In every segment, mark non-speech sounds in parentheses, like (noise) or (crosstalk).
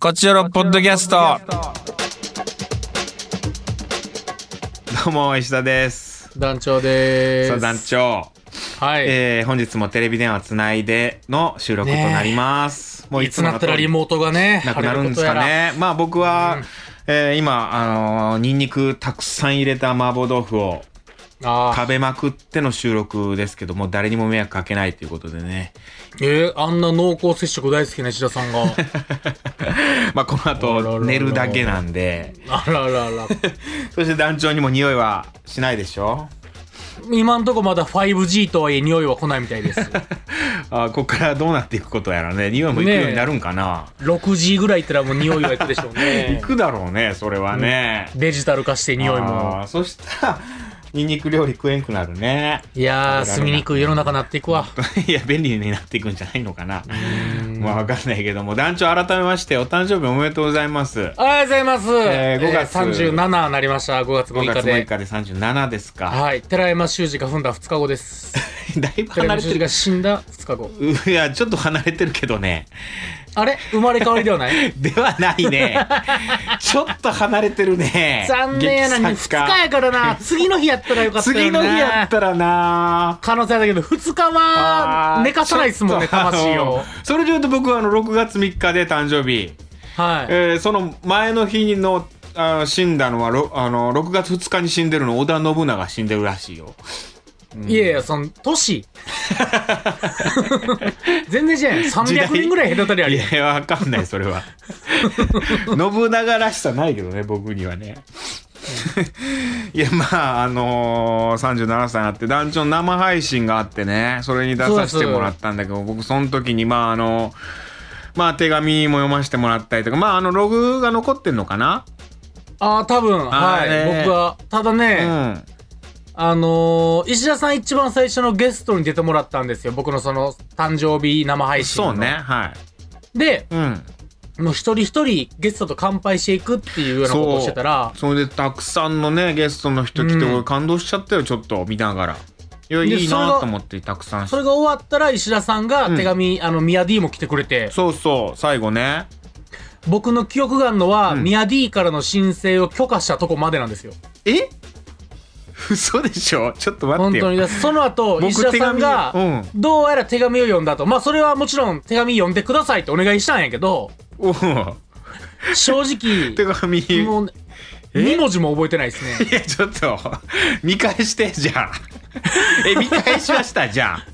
こちらのポッドキャスト。どうも石田です。団長でさーあす。団長、はい。えー本日もテレビ電話つないでの収録となります。もいつなったらリーモートがね、なくなるんですか晴れね。まあ僕は、うんえー今あのーニンニクたくさん入れた麻婆豆腐をことやら。ああ。食べまくっての収録ですけども誰にも迷惑かけないということでね。 (laughs) えー、あんな濃厚接触大好きな石田さ (laughs) んが。まあこのあららら後ら寝るだけなんで。あららら。そして団長にも匂いはしないでしょ。今んとこまだ 5G とはいえ匂いは来ないみたい (laughs) です。あーここからどうなっていくことやらね。匂いもいくようになるんかな。 6G ぐらい行ったらもう匂いは行くでしょう行ね。くだろうね、それはね。デジタル化して匂いも。あー。そしたら、ニンニク料理食えんくなるね。いや食べられないー、住みにくい世の中になっていくわ。 (laughs) いや、便利になっていくんじゃないのかな。まあ、わかんないけども、団長改めまして、お誕生日おめでとうございます。ありがとうございます。えー5月37になりました。5月6 5日月6で。日で37ですか。はい。寺山修司が踏んだ2日後です。 (laughs) だいぶ寺離山れ修て司るが。死んだ2日後。いや、ちょっと離れてるけどね。あれ生まれ変わりではないではない (laughs) ね。ちょっと離れてるね。残念やなに劇2作家日やか (laughs) らな次の日やったらよかったよな次の日やったらな可能性あるけど2日は寝かさないですもんねちょっと魂あを (laughs) のそれで言うと僕はあの6月3日で誕生日、はいえーその前の日のあの死んだのはろあの6月2日に死んでるの織田信長死んでるらしいよいやいやその (laughs) 年全然違うやん時代300人ぐらい隔たいりあやるいやんやわかんないそれは (laughs) 信長らしさないけどね僕にはねいやまああのー、37歳になって団長生配信があってねそれに出させてもらったんだけど僕その時にまああのまあ手紙も読ませてもらったりとかまああのログが残ってんのかな、ああ多分あはい、ーね僕はただうね、んあのー石田さん一番最初のゲストに出てもらったんですよ僕のその誕生日生配信そのうねはいでうんもう一人一人ゲストと乾杯していくっていうようなことをしてたらそれでたくさんのねゲストの人来て、うん俺感動しちゃったよちょっと見ながらいやでいいそれながと思ってたくさんそれが終わったら石田さんがうん手紙、あの、ミヤ D も来てくれて、そうそう最後ね僕の記憶があるのは、うんミヤ D からの申請を許可したとこまでなんですよ。え嘘でしょちょっと待っ本てよ当に。だその後、僕石田さん手紙をうがん、どうやら手紙を読んだと。まあ、それはもちろん手紙読んでくださいってお願いしたんやけ (laughs) ど、おう正手直、紙いもうね、2文字も覚えてないですね。やちょっと見返してじゃあえ見返しましたじゃあ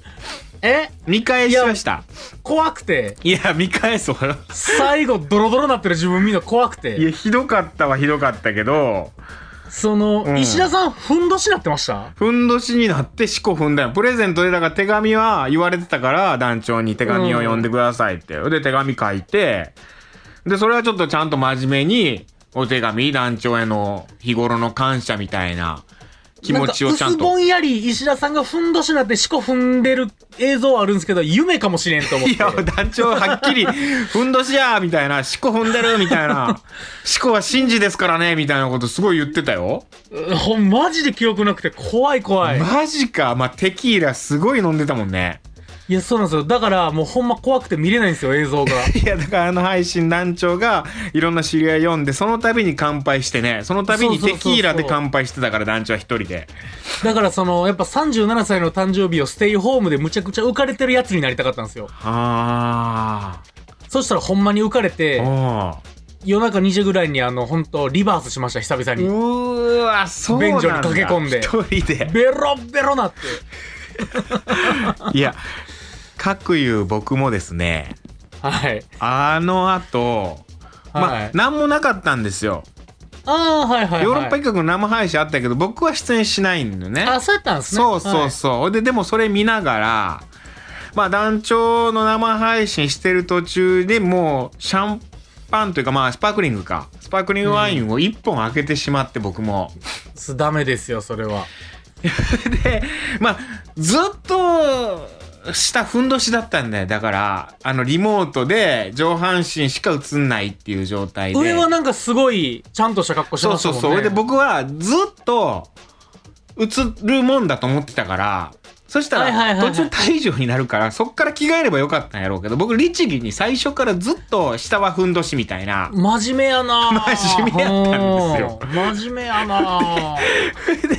え見返しました怖くて、いや見返そう最後、ドロドロなってる自分見るの怖くいやて、ひどかったはひどかったけどその、うん石田さん、ふんどしなってましたふんどしになって四股踏んだよ。プレゼントで、だから手紙は言われてたから、団長に手紙を読んでくださいって。で、手紙書いて、で、それはちょっとちゃんと真面目に、お手紙、団長への日頃の感謝みたいな気持ちをちゃんなんか薄ぼと。んやり石田さんがふんどしになって四股踏んでる映像はあるんですけど、夢かもしれんと (laughs) 思っいて。や、団長はっき (laughs) り、ふんどしやみたいな、四股踏んでるみたいな、四股は真珠ですからねみたいなことすごい言ってたよ。ほん、マジで記憶なくて怖い怖い。マジか。まあ、テキーラすごい飲んでたもんね。いや、そうなんですよ。だからもうほんま怖くて見れないんですよ、映 (laughs) 像が。いや、だからあの配信団長がいろんな知り合い読んで、その度に乾杯してね、その度にテキーラで乾杯してたから団長は一人で。だからその、やっぱ37歳の誕生日をステイホームでむちゃくちゃ浮かれてるやつになりたかったんですよ。あそしたらほんまに浮かれー。て、おー夜中2時ぐらいにあの、ほんと、リバースしました、久々うに。ーわ、そうなんだ。便所に駆け込んで一人で。ベロベロなって。いや、各言う僕もですね、はい。あの後、はまあい、なんもなかったんですよ。ああ、はいはい、はい。ヨーロッパ企画の生配信あったけど、僕は出演しないんだよね。あ、そうやったんですね。そうそはういそう。で、でもそれ見ながら、まあ団長の生配信してる途中でもうシャンパンというかまあスパークリングか。スパークリングワインを1本開けてしまって僕も。すダメですよ、それは。で、まあずっと、下ふんどしだったんだよ。だから、あの、リモートで上半身しか映んないっていう状態で。上はなんかすごい、ちゃんとした格好してそまうしたそもうんそね。う。で、僕はずっと映るもんだと思ってたから、そしたはいはいはらいはい途中退場になるからそっから着替えればよかったんやろうけど僕律儀に最初からずっと下はふんどしみたい (laughs) な真面目やなぁ真面目やったうん真面目やなぁ (laughs)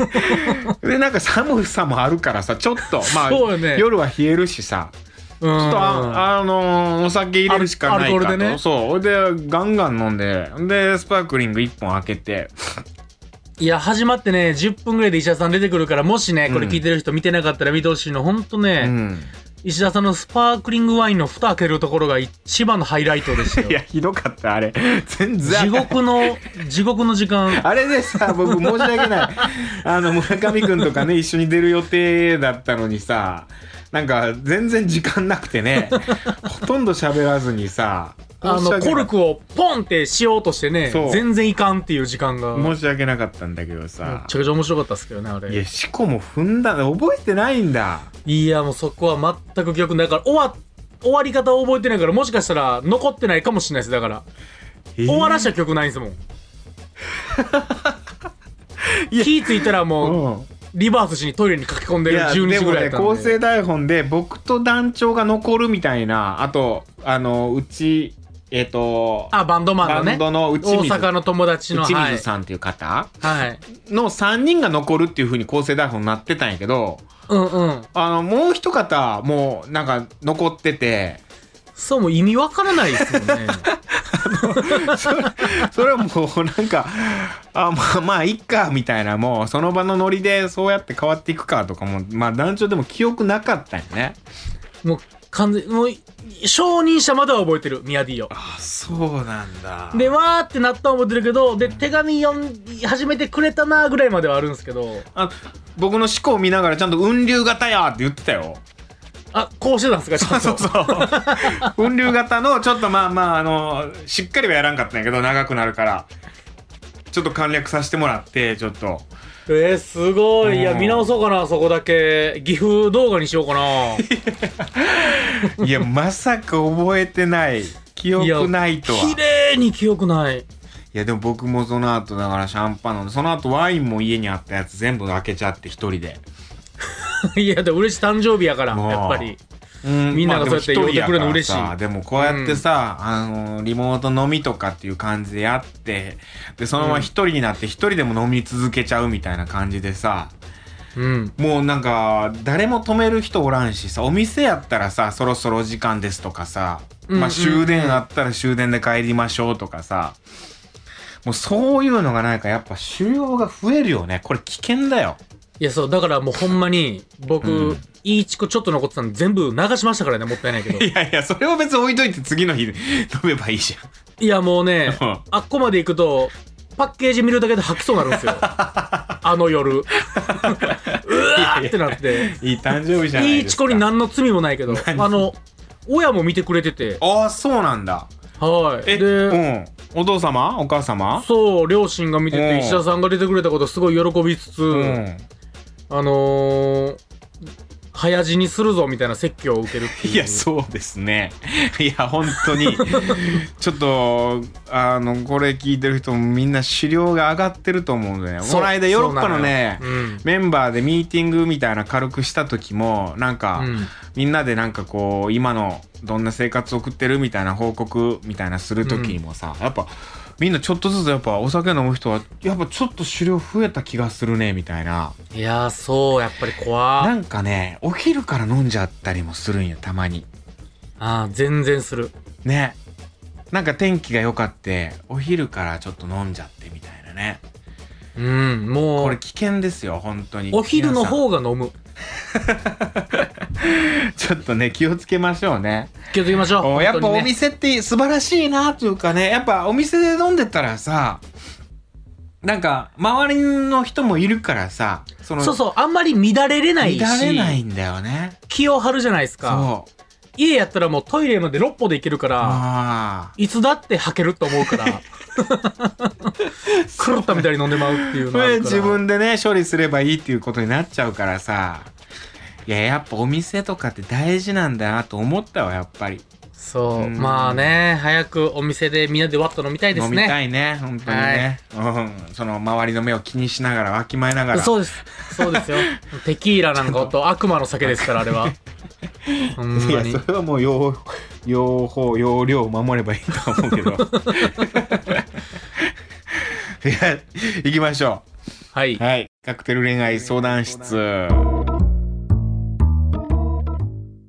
でなんか寒さもあるからさちょっとまあそうよね夜は冷えるしさちょちょっとあ、あのーお酒入れるしかないアルかコーと、ルでねそうでガンガン飲んででスパークリング1本開けていや、始まってね、10分ぐらいで石田さん出てくるから、もしね、これ聞いてる人見てなかったら見てほしいの、ほんとね、うん石田さんのスパークリングワインの蓋開けるところが一番のハイライトでしたいやよ。ひどかったあれ全然地獄の、地獄の時間。 (laughs) あれでさ、僕申し訳ない。あの、村上くんとかね、一緒に出る予定だったのにさ、なんか全然時間なくてね、 (laughs) ほとんど喋らずにさ、あ申しの、訳なコルクをポンってしようとしてねそう、全然いかんっていう時間が。め申し訳なかったんだけどさちゃ、くちゃ面白かったですけどね、あいれ。や、しこも踏んだの覚えてないんだ。いや、もうそこは全く記憶ないから、終わ、終わり方を覚えてないから、もしかしたら残ってないかもしれないです、だから。えー終わらした曲ない (laughs) んですもん。いや気ついたらもう、うんリバースしにトイレに駆け込んでいるや12で時もぐらいやねったんで構成台本で僕と団長が残るみたいなあとあのうちえっ、とあバンドマンのバねンドの内大水阪の友達の内はい水、さんっていう方、はい、の3人が残るっていう風に構成台本になってたんやけど、うんうんあの、もう一方、もうなんか残ってて、 (laughs) そうもう意味わからないですよねそれはもうなんか、あ、まあまあ、いっか、みたいな、もうその場のノリでそうやって変わっていくかとかも、まあ団長でも記憶なかったんやね。もう完全もう承認者までは覚えてるミヤディをあ、そうなんだでわーってなったは覚えてるけどで手紙読み始めてくれたなーぐらいまではあるんですけどあ僕の思考を見ながらちゃんと雲流型やって言ってたよ。あこうしてたんですかちゃん (laughs) とそうそう。雲流型の、ちょっとまあまあ、あの、しっかりはやらんかったんやけど、長くなるから。ちょっと簡略させてもらって、ちょっと。えー、すごいいやうん見直そうかなそこだけ岐阜動画にしようかない (laughs) や、まさか覚えてない。記憶ないとは。い綺や、麗に記憶ない (laughs) でも僕もその後、だからシャンパン飲んで、その後ワインも家にあったやつ全部開けちゃって、一人で。いや、でも嬉しい誕生日やから、もうやっぱり。うんみんながそうやって呼んでくれるの嬉しいまあでも一人やからさでもこうやってさ、あの、リモート飲みとかっていう感じでやって、で、そのまま一人になって一人でも飲み続けちゃうみたいな感じでさ、うん。もうなんか、誰も止める人おらんしさ、お店やったらさ、そろそろ時間ですとかさ、うんまあうんう終ん電あったら終電で帰りましょうとかさ、もうそういうのがないからやっぱ収容が増えるよね。これ危険だよ。いや、そう、だからもうほんまに、う僕ん、いいチコちょっと残ってたの全部流しましたからね、もった (laughs) いないけど。いやいや、それを別に置いといて次の日 (laughs) 飲めばいいじいや、もうねうん、あっこまで行くと、パッケージ見るだけで吐きそうになるんで (laughs) すよ。あの夜。うわーってなって。 (laughs) ゃん。いい誕生日じゃないいいですチか。コに何の罪もないけど、あ何の、親も見てくれてて、ああ、そうなんだ。はい。え、で、うん。お父様お母様そう、両親が見てうんて、石田さんが出てくれたことすごい喜びつつ、うん。あのー、早死にするぞみたいな説教を受けるっていう。いや、そうですね。いや、本当に。ちょっと、あの、これ聞いてる人もみんな資料が上がってると思うんだよね。そうこの間ヨーロッパのねそうなのよメンバーでミーティングみたいな軽くした時も、なんか、うんみんなでなんかこう、今のどんな生活送ってるみたいな報告みたいなする時にもさ、やっぱ、みんなちょっとずつやっぱお酒飲む人は、やっぱちょっと資料増えた気がするね、みたいな。いやー、そう、やっぱり怖なあんかね、お昼から飲んじゃったりもするんよ、たまに。あー、全然する。ねなんか天気が良かってお昼からちょっと飲んじゃってみたいなねうん、もこれう、危険ですよ本当にお昼の皆方が飲む。さんちょっとね気をつけましょうね気をつけましょう。おやっぱお本当にね店って素晴らしいなというかねやっぱお店で飲んでたらさなんか周りの人もいるからさそのそうそう、あんまり乱れれないし、乱れないんだよね気を張るじゃないですそか。う家やったらもうトイレまで6歩で行けるから、ああいつだって吐けると思うから、 (laughs) 狂ったみたいに飲んでまうっていうこのあれるから。自分でね処理すればいいっていうことになっちゃうからさいややっぱお店とかって大事なんだなと思ったわやっぱりそう、うんまあね早くお店でみんなでワッと飲みたいです飲みたねいね本当にね、うん、その周りの目を気にしながらわきまえながらそうですそ (laughs) うですよテキーラなんかほんと悪魔の酒ですからあれはほんいまやにそれはもう用用法用量を守ればいいと思うけど (laughs) いや行きましょはい、うはいカクテル恋愛相談室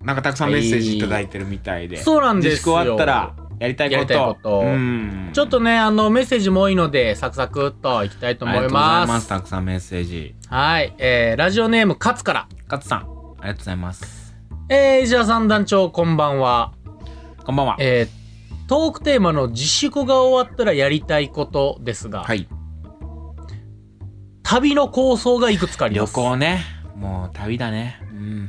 なんかたくさんメッセージいただいてるみたいで、そうなんですよ自粛終わったらやりたいことやりたいことうんちょっとねあのメッセージも多いのでサクサクっといきたいと思ありいがとうござまいすますたくさんメッセージはい、えー、ラジオネームカツから勝さんありがとうございますえー、石田さん団長こんばんはこんばんはえー、トークテーマの自粛が終わったらやりたいことですが、はい旅の構想がいくつかあり旅ます。行ねもう旅だねうん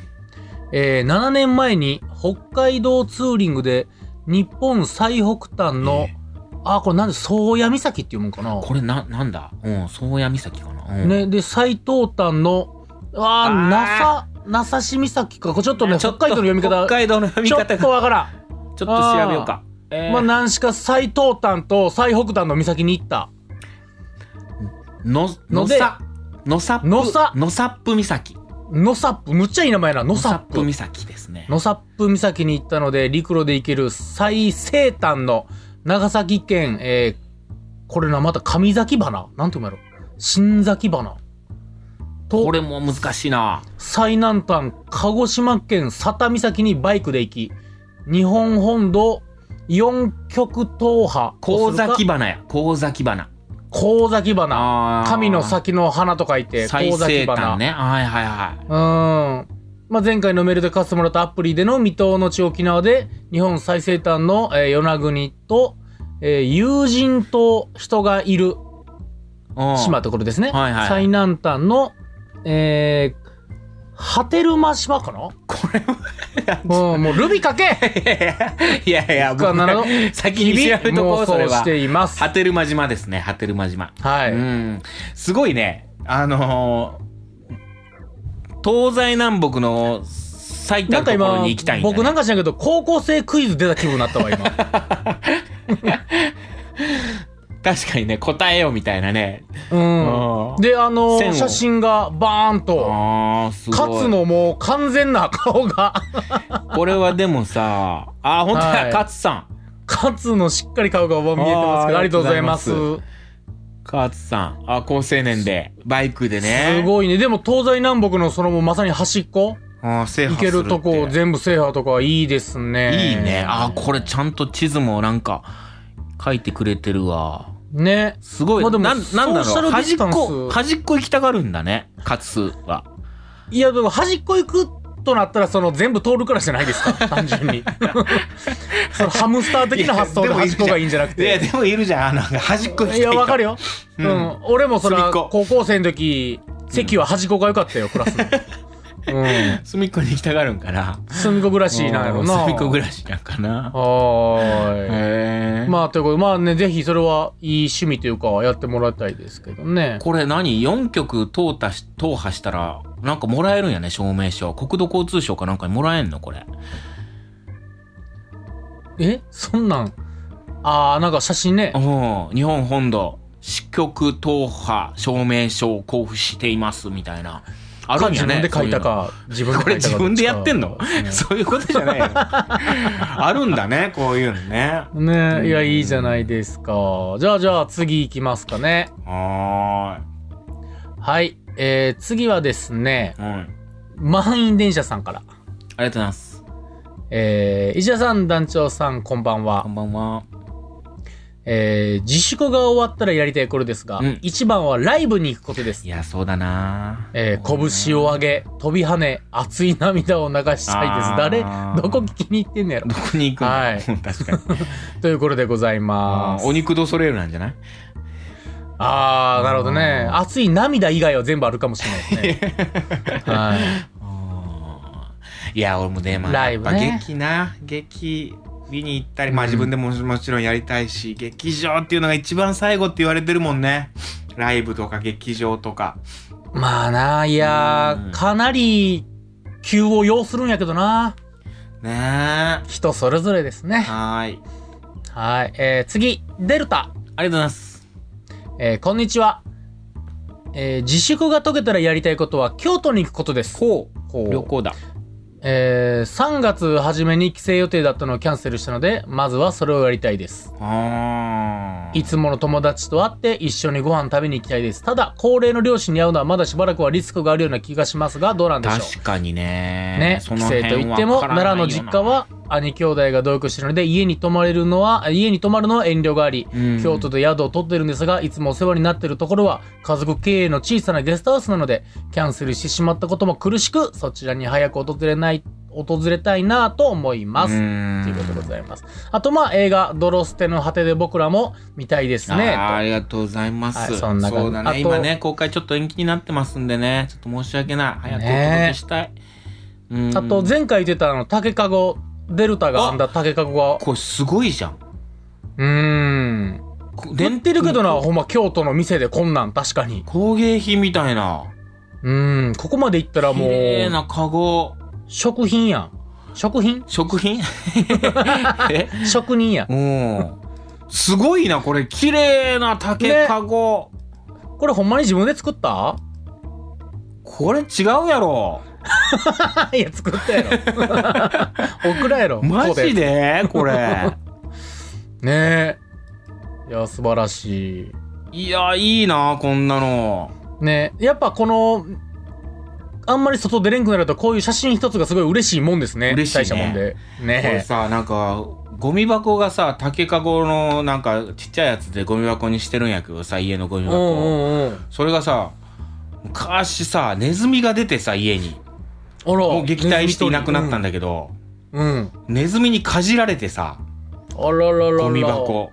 えー7年前に北海道ツーリングで日本最北端の、えあ、これなんで、宗谷岬って読むんかなこれななんだうん宗谷岬かな、うん、ね、で、最東端の、あー、あなさ、なさし岬か。これちょっとね、ちょ北っと海道の読み方、北海道の読みちょ方っがちとょわからん。っと調べようか、えーまあ、何しか最東端と最北端の岬に行った。ののさのさっぷのさのさっぷ岬ノサップ、むっちゃいい名前やな、のノサッさっプぷ。岬ですね野サップ岬に行ったので陸路で行ける最西端の長崎県、えーこれなまた上崎花なんて読むやろ新崎花ことれも難しいな最南端鹿児島県佐田岬にバイクで行き日本本土四極東波神崎花花や神崎花神崎花あー神の先の花と書いて最神西崎花端ねはいはいはうーん。まあ、前回のメールで貸してもらったアプリでの未踏の地沖縄で、日本最西端の、えー与那国と、えー友人と人がいるいうん島ところですね。はいはい最南端の、えー、ハテルマ島かなこれもうん、もうルビかけ (laughs) (laughs) いやいや僕はなるほど先に調べとこ妄うそれ想はしています。波照間島ですね波照間島はい。うん、すごいね。あのー東西南北の最なたんるとかころ今に行きたい、んだね僕なんか知らんけど、高校生クイズ出た気分になったわ、今。確かにね、答えようみたいなね。 (laughs) うんあ。ーで、あの線を写真がバーンと。ああ、すごい。勝つのもう完全な顔が (laughs) これはでもさ、ああ、本当だ、はい勝さん。勝つのしっかり顔が見えてますけどあーありがとうございますありがと勝さん。あ高青年で、バイクでね。すい。ごいねでも東西南北のそのもうまさに端っこ制行覇するけってるとこ全部制覇とかはいいですねいいね。ああ、これちゃんと地図もなんか、書いてくれてるわ。ねすごい。まあでもなんなんだソーシャろう。ルディ端スっタンスこ、端っこ行きたがるんだね。勝は。いやでも端っこ行くとなったらその全部通るからじゃないですか単純 (laughs) にそのハムスター的な発想いやででもいい端っこがいいんじゃなくいや、てでもいるじゃん。あの、端っこ行きたいやわかるよ。よ、ううんん俺もそれは隅っこ高校生の時席は端っこが良かっ (laughs) たよクラスのうん隅っこに行きたがるんかな。隅っこ暮らしなんやろな隅っこ暮らしなんかな。はーい。へえ。ままあ、ということで、まあね、ぜひそれはいい趣味というか、やってもらいたいですけどね。これ何 ?4 曲通ったし、踏破したら、なんかもらえるんやね、証明書。国土交通省かなんかにもらえんのこれ。えそんなんああ、なんか写真ねう。ん。日本本土、支局踏破証明書を交付しています、みたいな。あるんやね。か自分で書いたか、自分で書いたか。これ自分でやってんのどちらかですそういうことじゃないよ。 (laughs) あるんだね、こういうのね。ねねいや、うんいいじゃないですか。じゃあ、じゃあ、次行きますかね。ははい。えー、次はですね、ーい。うん。あり満員電車さんから。がとうございます。えー、石田さん、団長さん、こんばんはこ。んばんは。えー、自粛が終わったらやりたい頃ですが、うん一番はライブに行くことですい。や、そうだなえー、拳を上げ、飛び跳ね、熱い涙を流したいです。あー誰どこ聞きに行ってん (laughs) のやろどこに行くの、はい確かに。ということでございまあす。ーお肉ドソレールなんじゃないあー、なるほどね。あ熱い涙以外は全部あるかもしれないですね。 (laughs) はい。あーいや、俺もね、まあ、ライブねやっぱ劇な、劇見に行ったり、まあうん自分でももちろんやりたいし、劇場っていうのが一番最後って言われてるもんね。ライブとか劇場とか。まあな、いやうー、んかなり、急を要するんやけどな。ね人それぞれですえ。ね。はーい。はい。えー、次、デルタ。ありがとうございます。えー、こんにちは。えー、自粛が解けたらやりたいことは京都に行くことです。ここう。う旅行だ。えー、3月初めに帰省予定だったのをキャンセルしたので、まずはそれをやりたいです。あーいつもの友達と会って一緒にご飯食べに行きたいです。ただ、高齢の両親に会うのはまだしばらくはリスクがあるような気がしますが、どうなんでしょう確かにね。ね、そ帰の省辺と言っても、わからない奈良よなの実家、は兄兄弟が同居しているので、家に泊まれるのは、家に泊まるのは遠慮があり、うん京都で宿を取ってるんですが、いつもお世話になってるところは、家族経営の小さなゲストハウスなので、キャンセルしてしまったことも苦しく、そちらに早く訪れない、訪れたいなぁと思います。うんということでございます。あと、まあ、映画、ドロステの果てで僕らも見たいですね。あーとありがとうございます。はいそそんな感じうだあね。と今ね、公開ちょっと延期になってますんでね、ちょっと申し訳ない。早くお届けしたい。うんあと、前回言ってた、あの、竹かご、デルタが編んだ竹かごが、これすごいじゃん。うーん。出てるけどな、ほんま京都の店でこんなん、確かに。工芸品みたいな。うん、ここまで行ったら綺も麗う、なカゴ。食品やん。食品食品 (laughs) え職人やん。うん。すごいな、これ。綺麗な竹かご。これほんまに自分で作った (laughs) これ違うやろ。いや、作った (laughs) やろ。オクラやろ。マジこでこ (laughs) れ。こねえ。いや、素晴らしい。いや、いいな、こんなの。ねえ。やっぱこの、あんまり外出れんくなると、こういう写真一つがすごい嬉しいもんですね。嬉しいね大したもんで。これねさなんかゴミ箱がさ竹かごのなんかちっちゃいやつでゴミ箱にしてるんやけどさ家のゴミえ。うん箱、うんうん。それがさ昔さネズミが出てさ家にあら。もう撃退していなくなったんだ。だけど、うん。ネズミにかじられてさあらららら。ゴミ。箱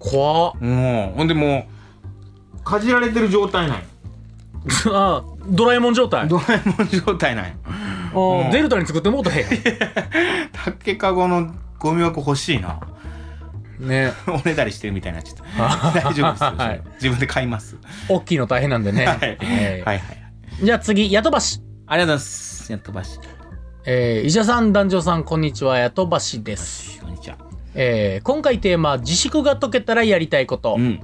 怖っ。 (laughs) もうほんでもうかじられてる状態なんよあドラえもん状態。ドラ (laughs) えもん状態なんよあうんデルタに作っても (laughs) うたへ竹かごのゴミ箱欲しいな (laughs) ん。ね。おねだりしてるみたいになっちゃ (laughs) った大丈夫ですよそれ、はい自分で買います大きいの大変なんでね。はいえーはいはいじゃあ次、ヤトバシ。ありがとうございます。やっとばし。えー、医者さん、男女さん、こんにちは、ヤトバシです。こんにちは。えー、今回テーマ、自粛が解けたらやりたいこと。ん。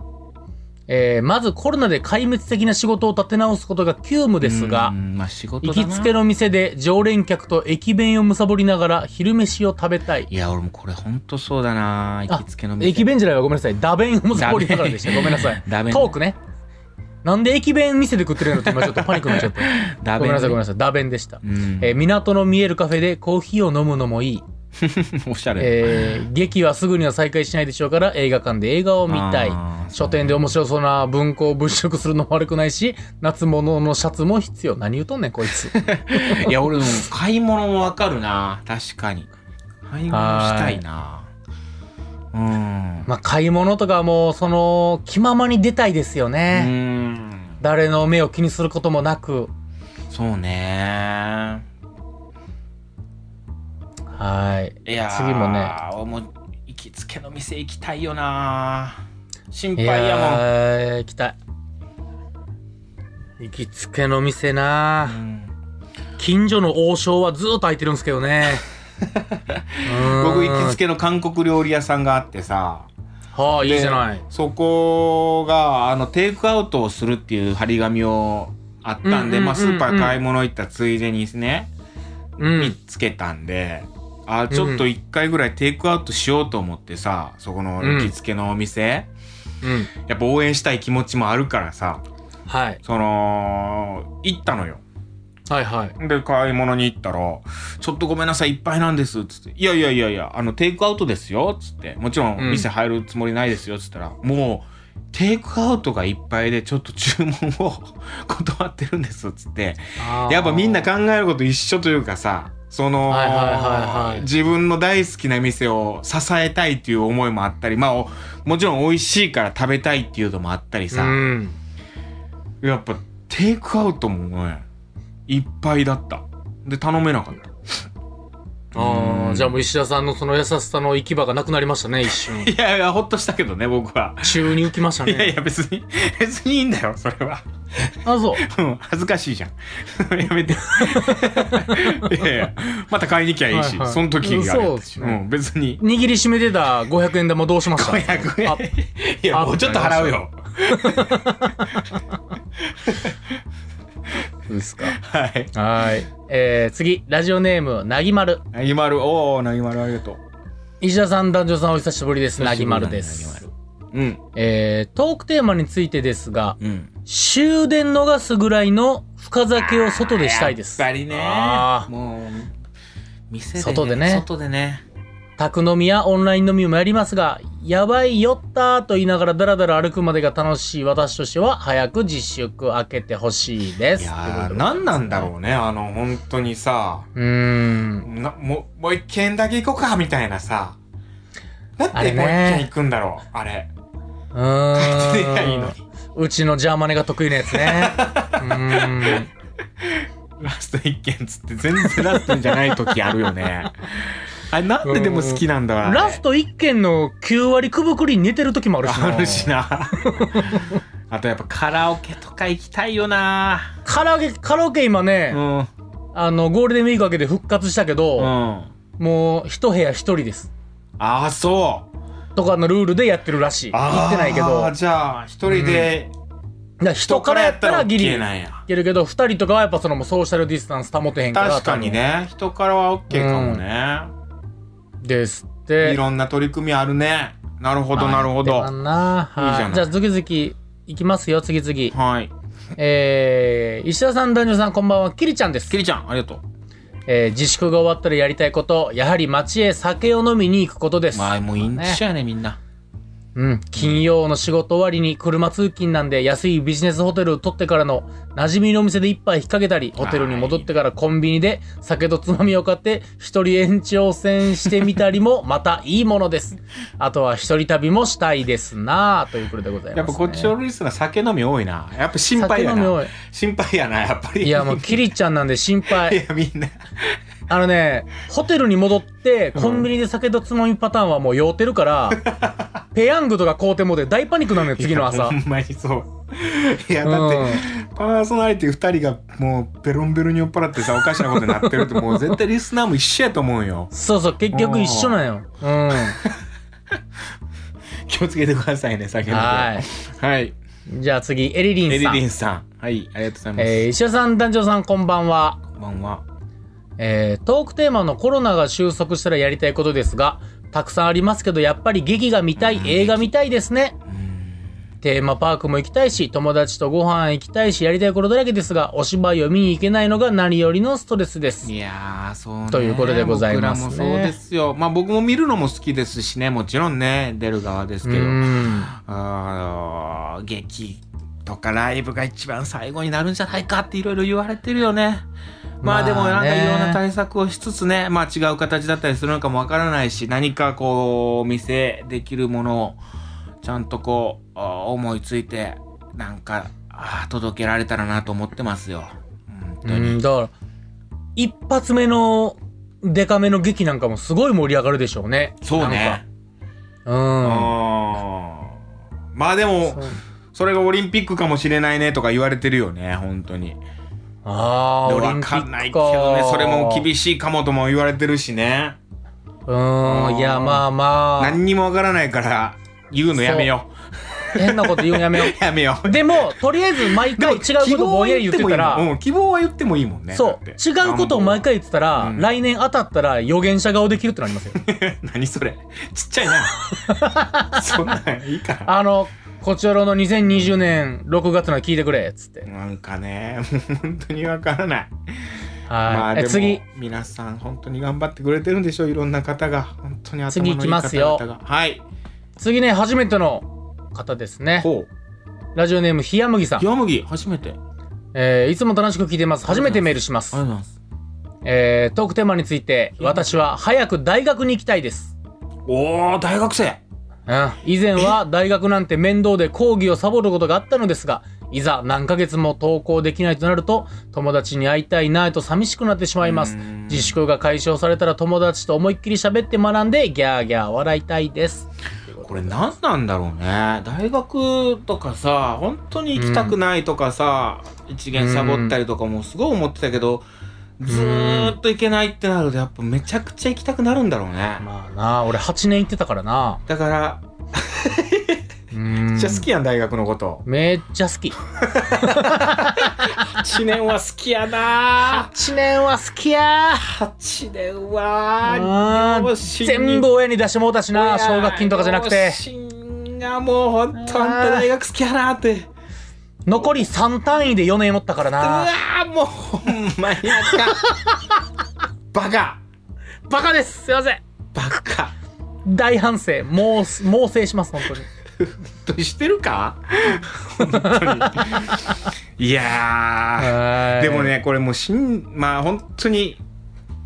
えー、まずコロナで壊滅的な仕事を立て直すことが急務ですうが、んまあ仕事行だな。きつけの店で常連客と駅弁を貪りながら昼飯を食べたい。いや、俺もこれほんとそうだな。行あきつけの店。駅弁じゃないわ、ごめんなさい。打弁を貪りながらでした。ごめんなさい。打弁トークね。なんで駅弁店で食ってるのって今ちょっとパニックになっちゃった。ダごめんなさい、ごめんんなさい。打弁でした。うん。えー港の見えるカフェでコーヒーを飲むのもいい、おしゃれ。えー劇はすぐには再開しないでしょうから映画館で映画を見たいあー書店で面白そうな文庫を物色するのも悪くないし夏物のシャツも必要何言うとんねんこいつ (laughs) いや、俺も買い物もわかるな。確かに。買い物したいな。うん。まあ買い物とかもうその気ままに出たいですようね、ん。誰の目を気にすることもなくそうね。はいいやー次もね。俺も行きつけの店行きたいよな。心配いやもん。やー行きたい行きつけの店なあ近所の王将はずーっと空いてるんですけど (laughs) ね僕行きつけけの韓国料理屋さんがあってさはあいいでじゃないそこがあのテイクアウトをするっていう張り紙をあったんで、うんうんうんうんまあ、スーパー買い物行ったついでにね、うんつけたんであちょっと1回ぐらいテイクアウトしようと思ってさそこの行きつけのお店、うんやっぱ応援したい気持ちもあるからさはいその行ったのよ。はいはいで買い物に行ったら「ちょっとごめんなさいいっぱいなんです」っつって「いやいやいやいやあのテイクアウトですよ」っつって「もちろうんん店入るつもりないですよ」っつったら、もうテイクアウトがいっぱいでちょっと注文を (laughs) 断ってるんですっつってあーやっぱみんな考えること一緒というかさその、はいはいはいはい自分の大好きな店を支えたいっていう思いもあったりまあおもちろん美味しいから食べたいっていうのもあったりうさ、んやっぱテイクアウトもねいっぱいだったで頼めなかったああ、じゃあもう石田さんのその優しさの行き場がなくなりまし (laughs) たね、一瞬。いやいや、ほっとしたけどね、僕は。中に浮きましたいやね。いや、別に、 (laughs) 別にいいんだよ、それは。あ、そう。うん、恥ずかしいじゃん。 (laughs) やめて。いやいや、また買いに来ゃいいし、はいはいその時があれそうやっったしすうねん、別に。握りしめてた500円玉どうしました500円あ。 (laughs) いや、あもうちょっと払うよ。ですか。はい。はい。えー、次、ラジオネーム、なぎまる。なぎまる、おお、なぎまる、ありがとう。石田さん、男女さんお久しぶりです。なぎまるです。うん。えー、トークテーマについてですが、うん。終電逃すぐらいの深酒を外でしたいです。やっぱりねあ。ーもう、店で、外でね外でね。宅飲みやオンライン飲みもやりますが、やばい酔ったーと言いながらダラダラ歩くまでが楽しい私としては、早く自粛開けてほしいでいす。やー、なんなんだろうね、あの、本当にさ、う。うーん。なもう、もう一軒だけ行こうか、みたいなさ。だっあてれもう一ね軒行くんだろう、あれ。うーん手がいいのにうちのジャーマネが得意なやつね。うーん。ラスト一軒つって全然ラストじゃない時あるよ (laughs) ね。あれなんででも好きなんだわ。ラスト1件の9割くぶくりに寝てる時もあるしな。あるし (laughs) な。あとやっぱカラオケとか行きたいよな。カラオケ、カラオケ今うね、ん。うん。あの、ゴールデンウィーク明けで復活したけど、あもう一部屋一人です。あ、そう。とかのルールでやってるらしい。あ言ってないけど。あ、じゃあ、一人で、だから人からやったらギリ。 OK なんいや。けるけど、二人とかはやっぱそのもうソーシャルディスタンス保てへんから。確かにね、人からは OK かもね。多分。ですっいて。ろんな取り組みあるね。なるほど、なるほど。まあ言ってまんなはいいじゃないじゃあ次々いきますよ、次々。はい。えー、石田さん、男女さん、こんばんは。キリちゃんですキ。リちゃん、ありがとう。えー、自粛が終わったらやりたいこと、やはり街へ酒を飲みに行くことです。まあ、もういいんでねしょやね、みんな。うん。金曜の仕事終わりに車通勤なんで、安いビジネスホテルを取ってからの、馴染みのお店で一杯引っ掛けたり、ホテルに戻ってからコンビニで酒とつまみを買って、一人延長戦してみた (laughs) りも、またいいものです。あとは一人旅もしたいですなぁ、ということでございます、ね。やっぱこっちのリスナー酒飲み多いな。やっぱ心配や酒飲み多。ない心配やな、やっぱり。いや、もう、キリちゃんなんで心配 (laughs) い。や、みんな。あのね、ホテルに戻って、コンビニで酒とつまみパターンはもう酔ってるから、 (laughs) ペヤングとか買うてもうて大パニックなのよ、次のいや朝ほ。んまにそう。いや、だって、パーソナリティ2人がもうベロンベロンに酔っ払ってさ、おかしなことになってるって、もう絶対リスナーも一緒やと思うよ。そうそう、結局一緒なんよ。うん。気をつけてくださいね、酒飲み。ははい。い。じゃあ次、エリリエンリさん。リンさん。はい、ありがとうございます。えー、石田さん、団長さん、こんばんは。こんばんは。えー、トークテーマのコロナが収束したらやりたいことですが、たくさんありますけど、やっぱり劇が見たい、映画見たいですね。テーマパークも行きたいし、友達とご飯行きたいし、やりたいことだらけですが、お芝居を見に行けないのが何よりのストレスです。いやー、そうね。ということでございますね僕らもそうですよ。まあ僕も見るのも好きですしね、もちろんね、出る側ですけど。うんあー劇とかライブが一番最後になるんじゃないかっていろいろ言われてるよね。まあでもまなあんねかいろんな対策をしつつね、まあ違う形だったりするのかもわからないし、何かこう、お見せできるものをちゃんとこう、あー思いついて、なんか、あー届けられたらなと思ってますよ。本当に。うん、だから、一発目のデカめの劇なんかもすごい盛り上がるでしょうね。そうね。なんうか。んまあでうん。そもう、それがオリンピックかもしれないねとか言われてるよね、本当に。ああ、オリわンピかックんないけどね、それもしい。厳しいかもとも言われてるしね。うん、いや、まあま何にもわからないから、言うのやめよあ、変なこと言うんやめよう。やめよう。う。 (laughs) でも、とりあえず毎回違うことぼんやり言ってたら、希望は言ってもいいもんうん、希望は言ってもいいもそんね。だっう、て違うことを毎。回言ってたら、うん来年当たったら予言者顔できるってなりますよ。 (laughs) 何それ。ちっちゃい (laughs) な。そんなんいいから。あの、こちらの2020年6月の聞いてくれ、つって。なんかね、もう本当にわからない。まあはい。でえも次。皆さん本当に頑張ってくれてるんでしょう。いろんな方が本当に頭のいい次行きますよ方々がはい。次ね、初めての方ですね。ほラジオネーム、ひやむぎさう。ん。ヨムギ初めて。ありがえーいつも楽しく聞いてます。初めてメールしまとすう。ございます。えートークテーマについて、私は早く大学に行きたいです。おー大学生。うん以前は大学なんて面倒で講義をサボることがあったのですが、いざ何ヶ月も登校できないとなると、友達に会いたいなぁと寂しくなってしまいます。自粛が解消されたら友達と思いっきり喋って学んで、ギャーギャー笑いたいです。これ何なんだろうね大学とかさ本当に行きたくないとかさ、一元サボったりとかもすごい思ってたけど、ずーっと行けないってなるとやっぱめちゃくちゃ行きたくなるんだろうね、まあなあ俺8年行ってたからな。だからめめっちゃ好きやん大学のこと (laughs) めっちゃ好き。 8年は好きやな8年は好きや8年はあー全部親に出してもうたしな、奨学金とかじゃなくて。がもうほんとあんた大学好きやなって残り3単位で4年おったからうわな。ーもうほんまにあかんバカバカですすいませんバカ大反省。もうす、猛省します、本当に。としてるか本当にいやーでもねこれもうしんまあ本当に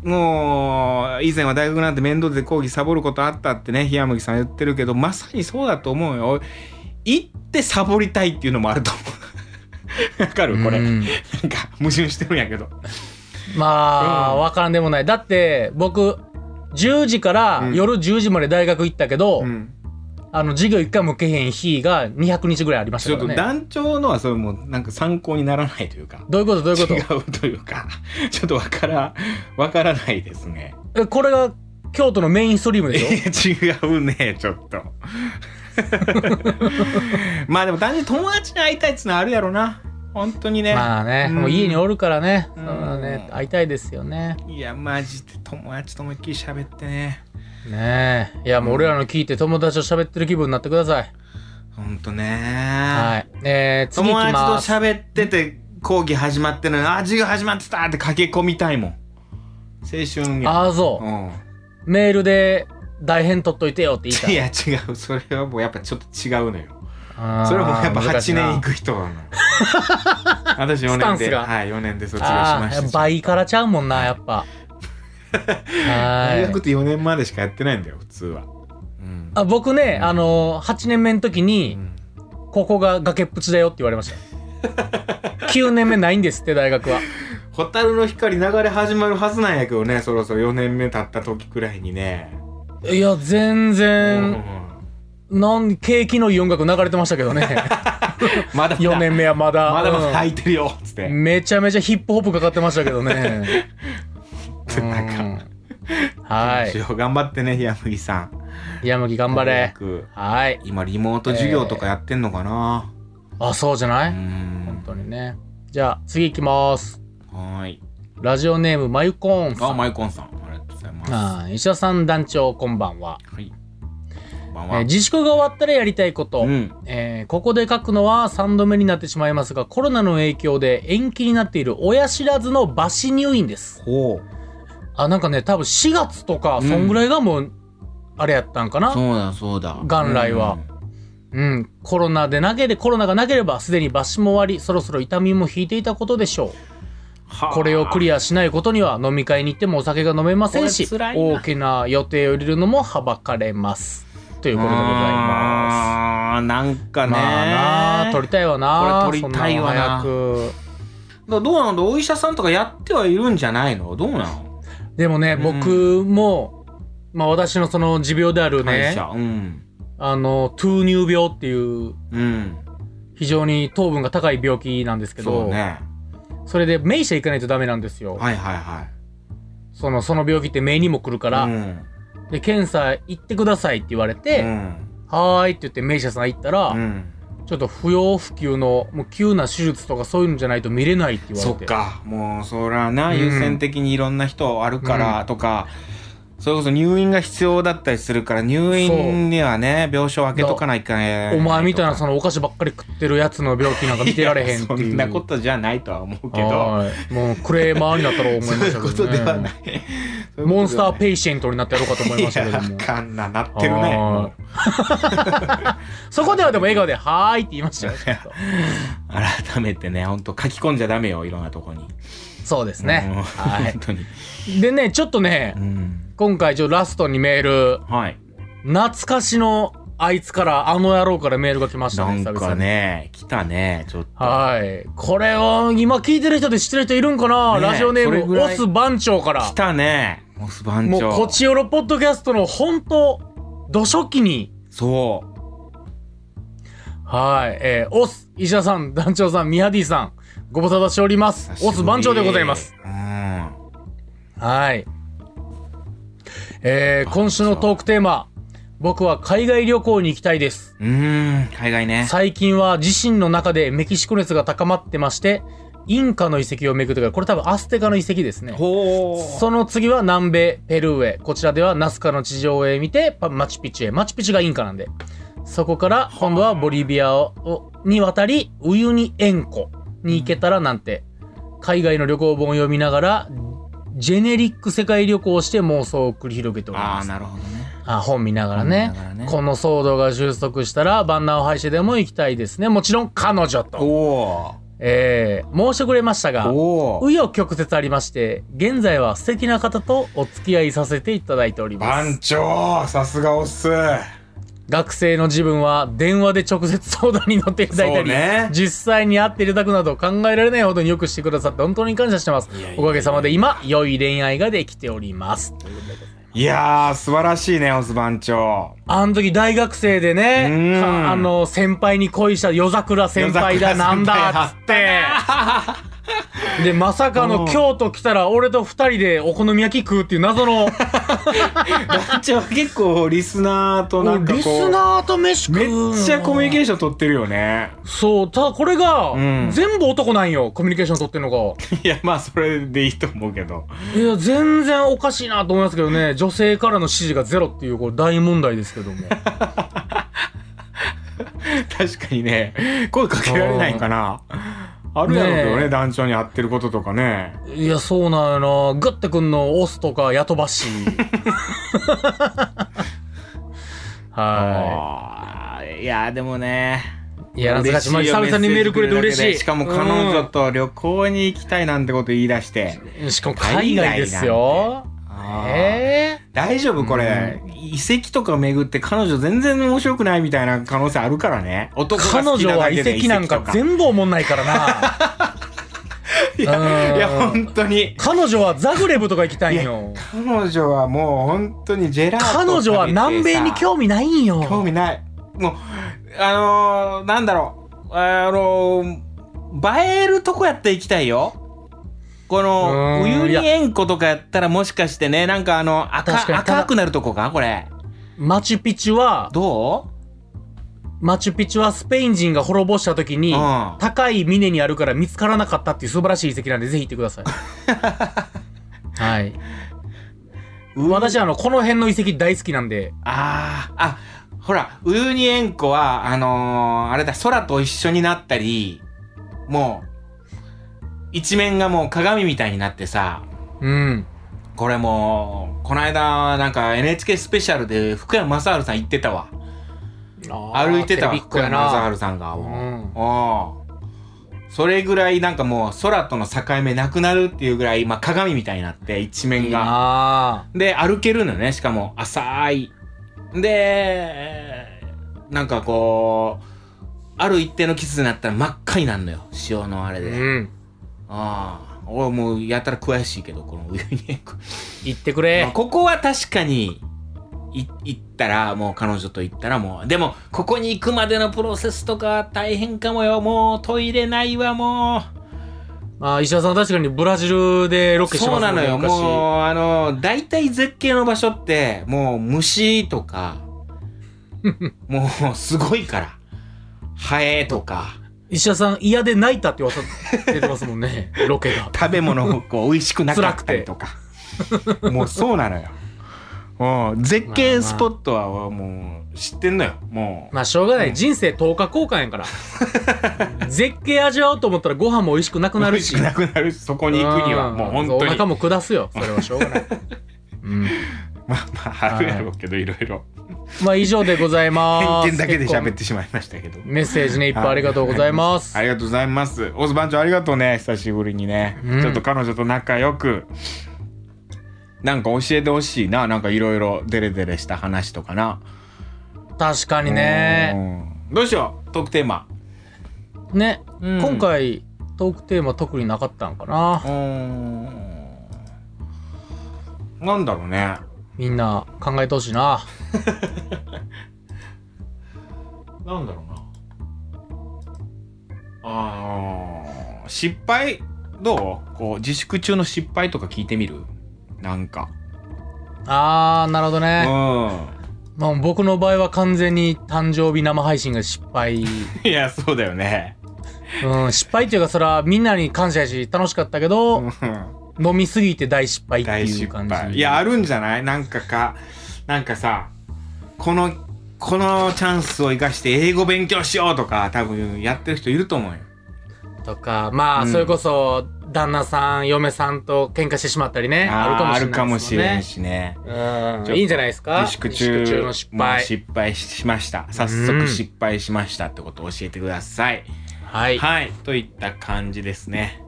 もう以前は大学なんて面倒で講義サボることあったってね冷麦さん言ってるけどまさにそうだと思うよ行ってサボりたいっていうのもあると思う (laughs) わかるこれうなんんか矛盾してるんやけどまあ、うんわからんでもない。だって、僕、10時からうん夜10時まで大学行ったけど、うんあの、授業一回も受けへん日が200日ぐらいありましちたょっかとらね。団長のはそれもなんか参考にならないというかどういうことどういうこ違うというか (laughs) ちょっとわからわからないですねとえこれが京都のメインストリーム (laughs) でしょ違うねちょっと (laughs) まあでも単純に友達に会いたいっつのはあるやろな本当にね、まあね、うんもう家におるからね、うんそうだね、会いたいですよね。いやマジで友達と思いっきり喋ってねねえ。いや、もう俺らの聞いて友達と喋ってる気分になってください。ほんとねはい。えー、次友行き達とます。喋ってて講義始まってるのにあ授業始まってたって駆け込みたいもん青春やああ、そうう。んメールで大変取っといてよって言いたいい。や違うそれはもうやっぱちょっと違うのよそそれはもうやっぱ8年行く人なの (laughs) 私4スタン年スでがはい4年で卒業しあまあした倍からちゃうもんな、やっぱ。大は学っい。て4年までしかやってないんだよ普通は、うんあ僕ね、あの、8年目の時うに、んここが崖っぷちだよって言われました。9年目ないんですって、大学は。蛍の光流れ始まるはずなんやけどねそろそろ4年目経った時くらいにねいや、全うん然、なん、景気のいい音楽流れてましたけどね。 (laughs) まだ4年目はまだ。まだまだうん入ってるよっつって、めちゃめちゃヒップホップかかってましたけどね。 (laughs) なんかうんはい。一応頑張ってね冷麦さん山木頑張大れ。学はい。今リモート授業とかやってんのかな、あ、そうじゃなうい本ん当にね。じゃあ、次行きます。はーいラジオネーム、まゆこーンさあん。マイコンさんありがとうございますあー石田さん団長、こんばんは。はいこんばんえは、ー自粛が終わったらやりたいこと、うんえーここで書くのは3度目になってしまいますが、コロナの影響で延期になっている親知らずの抜歯入院です。ほあ、なんかね、多分4月とか、そんぐらいがもう、あれやったんかうな。そうだそうだ元来はうん、コロナでなければ、コロナがなければ、すでに抜歯も終わり、そろそろ痛みも引いていたことでしょう。これをクリアしないことには、飲み会に行ってもお酒が飲めませんし、これ辛いな大きな予定を入れるのもはばかれます。ということでございます。すなんかね、まあなあ、取りたいわなこれ取りたいわなそんん早くだどうなのお医者さんとかやってはいるんじゃないのどうなのでもね、うん僕も、まあ私のその持病である会ね、社、うんあの、糖乳病っていう、うん非常に糖分が高い病気なんですけそうど、ねそれで名医者行かないとダメなんですよ。はいはいはいその、その病気って目にも来るから、うんで、検査行ってくださいって言われて、うんはーいって言って名医者さん行ったら、うんちょっと不要不急の、もう急な手術とかそういうのじゃないと見れないって言われそて。っかもうそらな、うん優先的にいろんな人あるからとか、それこそ入院が必要だったりするから入院にはね病床開けとかないかねお前みたいなのそのお菓子ばっかり食ってるやつの病気なんか見てられへんってそいう。んなことじゃないとは思うけどはいもうクレーマーになったら思いまそうしたけいど、うことね。ではない。モンスターイペイシェントになってやろうかと思いましたけどもあ。かんな、なってるね。はもいそこではでも笑顔で、はーいって言いましたよ。ちょっとう改めてね、ほんと書き込んじゃダメよ、いろんなとこに。そうですうんね。は本当に。い。でね、ちょっとねう、ん。今回ちょっとラストにメール、はい。懐かしのあいつから、あの野郎からメールが来ましたなんね、久か々に。ね、来たね、ちょっと。はい。これを、今聞いてる人で知ってる人いるんかな、ねえラジオネそれーぐム、オらいス番長から。来たね、モス番もう、長。こちよろポッドキャストの本当、土初期に、そう。はい。えー、オス、石田さん、団長さん、ミハディさん、ご無沙汰しております。オス番長でございます。。うん。はい。えー、今週のトークテーマ、僕は海外旅行に行きたいです。うーん、海外ね。最近は自身の中でメキシコ熱が高まってまして、インカの遺跡を巡ってから、これ多分アステカの遺跡ですね。ほう。その次は南米、ペルーへ。こちらではナスカの地上絵見て、パマチュピチュへ。マチュピチュがインカなんで。そこから、今度はボリビアををに渡り、ウユニ塩湖に行けたらなんて、海外の旅行本を読みながら、ジェネリック世界旅行をして妄想を繰り広げておりあまあ、す。なるほどね。あ本見ながらね本見ながらねこの騒動が収束したら、バンナーを廃止でも行きたいですね。もちろん、彼女おと。おえー、申してくれましたー。が、おお。紆余曲折ありまして、現在は素敵な方とお付き合いさせていただいておりま番す。長、さすがおっす。学生の自分は電話で直接相談に乗っていただいたそうり、ね実際に会っていただくなど考えられないほどによくしてくださって本当に感謝してますやいやい。やおかげさまで今、良い恋愛ができております。いやー、素晴らしいね、オス番長。あの時大学生でねう、んかあの、先輩に恋した夜桜先輩だ夜桜先輩なんだっつって。で、まさかの京都来たら俺と二人でお好み焼き食うっていう謎の。 (laughs) 番長は結構リスナーとなんかリこスう、ナーと飯食うめっちゃコミュニケーシーション取ってるよね。ョンそうただこれが、うん全部男なんよコミュニケーション取ってんのがいや、まあ、それでいいと思うけど。いや全然おかしいなと思いますけどね女性からの支持がゼロっていうこれ大問題です (laughs) けども確かにね、声かけられないんかな。あるやろうけどねえね、団長に合ってることとかね。いやそうなんよなグッてくんのオスとかヤト (laughs) バシはあーいやでもねいや懐かしい嬉よ久々にメールくれて嬉しいメッセージくれるだけでしかも彼女と旅行に行きたいなんてこと言い出して、いしかも海外ですよあーえ大丈夫これ、遺跡とか巡って彼女全然面白くないみたいな可能性あるからねえ男が彼好き女なはだ遺けで跡なん遺か跡と全部おもんないからな (laughs) いやうんいや本当に彼女はザグレブとか行きたいんよ彼女はもう本当にジェラート食べ彼てさ女は南米に興味ないんよ。興味ないもうあのー、なんだろうあのー、映えるとこやったら行きたいよこうのーんウユいニや塩湖とかやったらもしかしてねなんかあの確か赤にただ赤くなるとこかこれマチュピチュは、どマチュピチュはスペイン人が滅ぼした時に、うん高い峰にあるから見つからなかったっていう素晴らしい遺跡なんで、ぜひ行ってく (laughs) ださい。はい。う私、あの、この辺の遺跡大好きなんで、あーあほらウユニ塩湖はあのー、あれだ空と一緒になったりもう一面がもう鏡みたいになってさうん。これもうこの間なんか NHK スペシャルで福山雅治さん言ってたわ歩いてたわビッ福グや山雅な。治さんがうもんう、うんそれぐらいなんかもう空との境目なくなるっていうぐらい、まあ、鏡みたいになって一面があで歩けるのよねしかも浅いでなんかこうある一定の季節になったら真っ赤になるのよ潮のあれあ。で、うん。ああ俺もうやたら悔しいけどこのウユニ塩湖行ってくまあれ。ここは確かにい行ったらもう彼女と行ったらもうでもここに行くまでのプロセスとか大変かもよもうトイレないわもうまあ、石田さん確かにブラジルでロケしてそまうすなのよ昔もうあの大体絶景の場所ってもう虫と (laughs) かもうすごいからハエとか石田さん嫌で泣いたって噂出てますもんね、ロケが。食べ物をこう美味しくなかったりとかもうそうなのよ (laughs) もう絶景スポットはもう知ってんのよもうまあしょうがない。人生10日交換や (laughs) から。絶景味わおうと思ったらご飯も美味しくなくな美る味し。しくなくなるしそこに行くにはもう本ん当おに腹も下すよ。それはしょ (laughs) うがない。うん、まあまああるやろうけどいろいろまあ以上でございます。。偏見だけで喋っててしまいましたけどメッセージね、いっぱいありがとうございます。ありがとうございますオズ番長ありがとうね久しぶりにね、うんちょっと彼女と仲良くなんか教えてほしいななんかいろいろデレデレした話とかな確かにね。うんどうしようトークテーマね、うん今回、トークテーマ特になかったんかな。なんだろうねみんな考えてほしいな。なんだろうなあー失敗どうこう自粛中の失敗とか聞いてみるなんかあー、なるほどうね。んまあ、僕の場合は完全に誕生日生配信が失敗。 (laughs) いやそうだよ (laughs) ねうん、失敗というか、それはみんなに感謝やし、楽しかったけど、飲みすぎて大失敗って大い失う感じ。敗いやあるんじゃないなんかかなんかさこのこのチャンスを生かして英語勉強しようとか多分やってる人いると思うよとか、まあ、うんそれこそ、旦那さん、嫁さんと喧嘩してしまったりね。ああるるかかももししれれないんですしねもんね。ちうょっん。といいんじゃないですか自粛中自粛の失もう敗。失敗しました早速失敗しましたってことを教えてください、はい。はいといった感じですね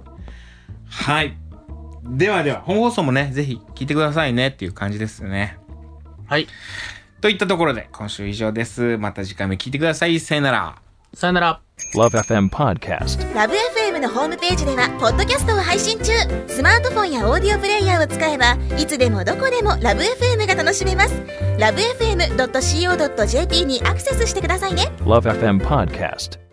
はいではでは本放送もねぜひ聞いてくださいねっていう感じですねはい。といったところで今週以上ですまた次回も聞いてくださいさよならさよなら。 Love FM Podcast. ラブ f m のホームページではポッドキャストを配信中スマートフォンやオーディオプレイヤーを使えばいつでもどこでもラブ f m が楽しめますラブ FM.co.jp にアクセスしてくださいね Love FM Podcast.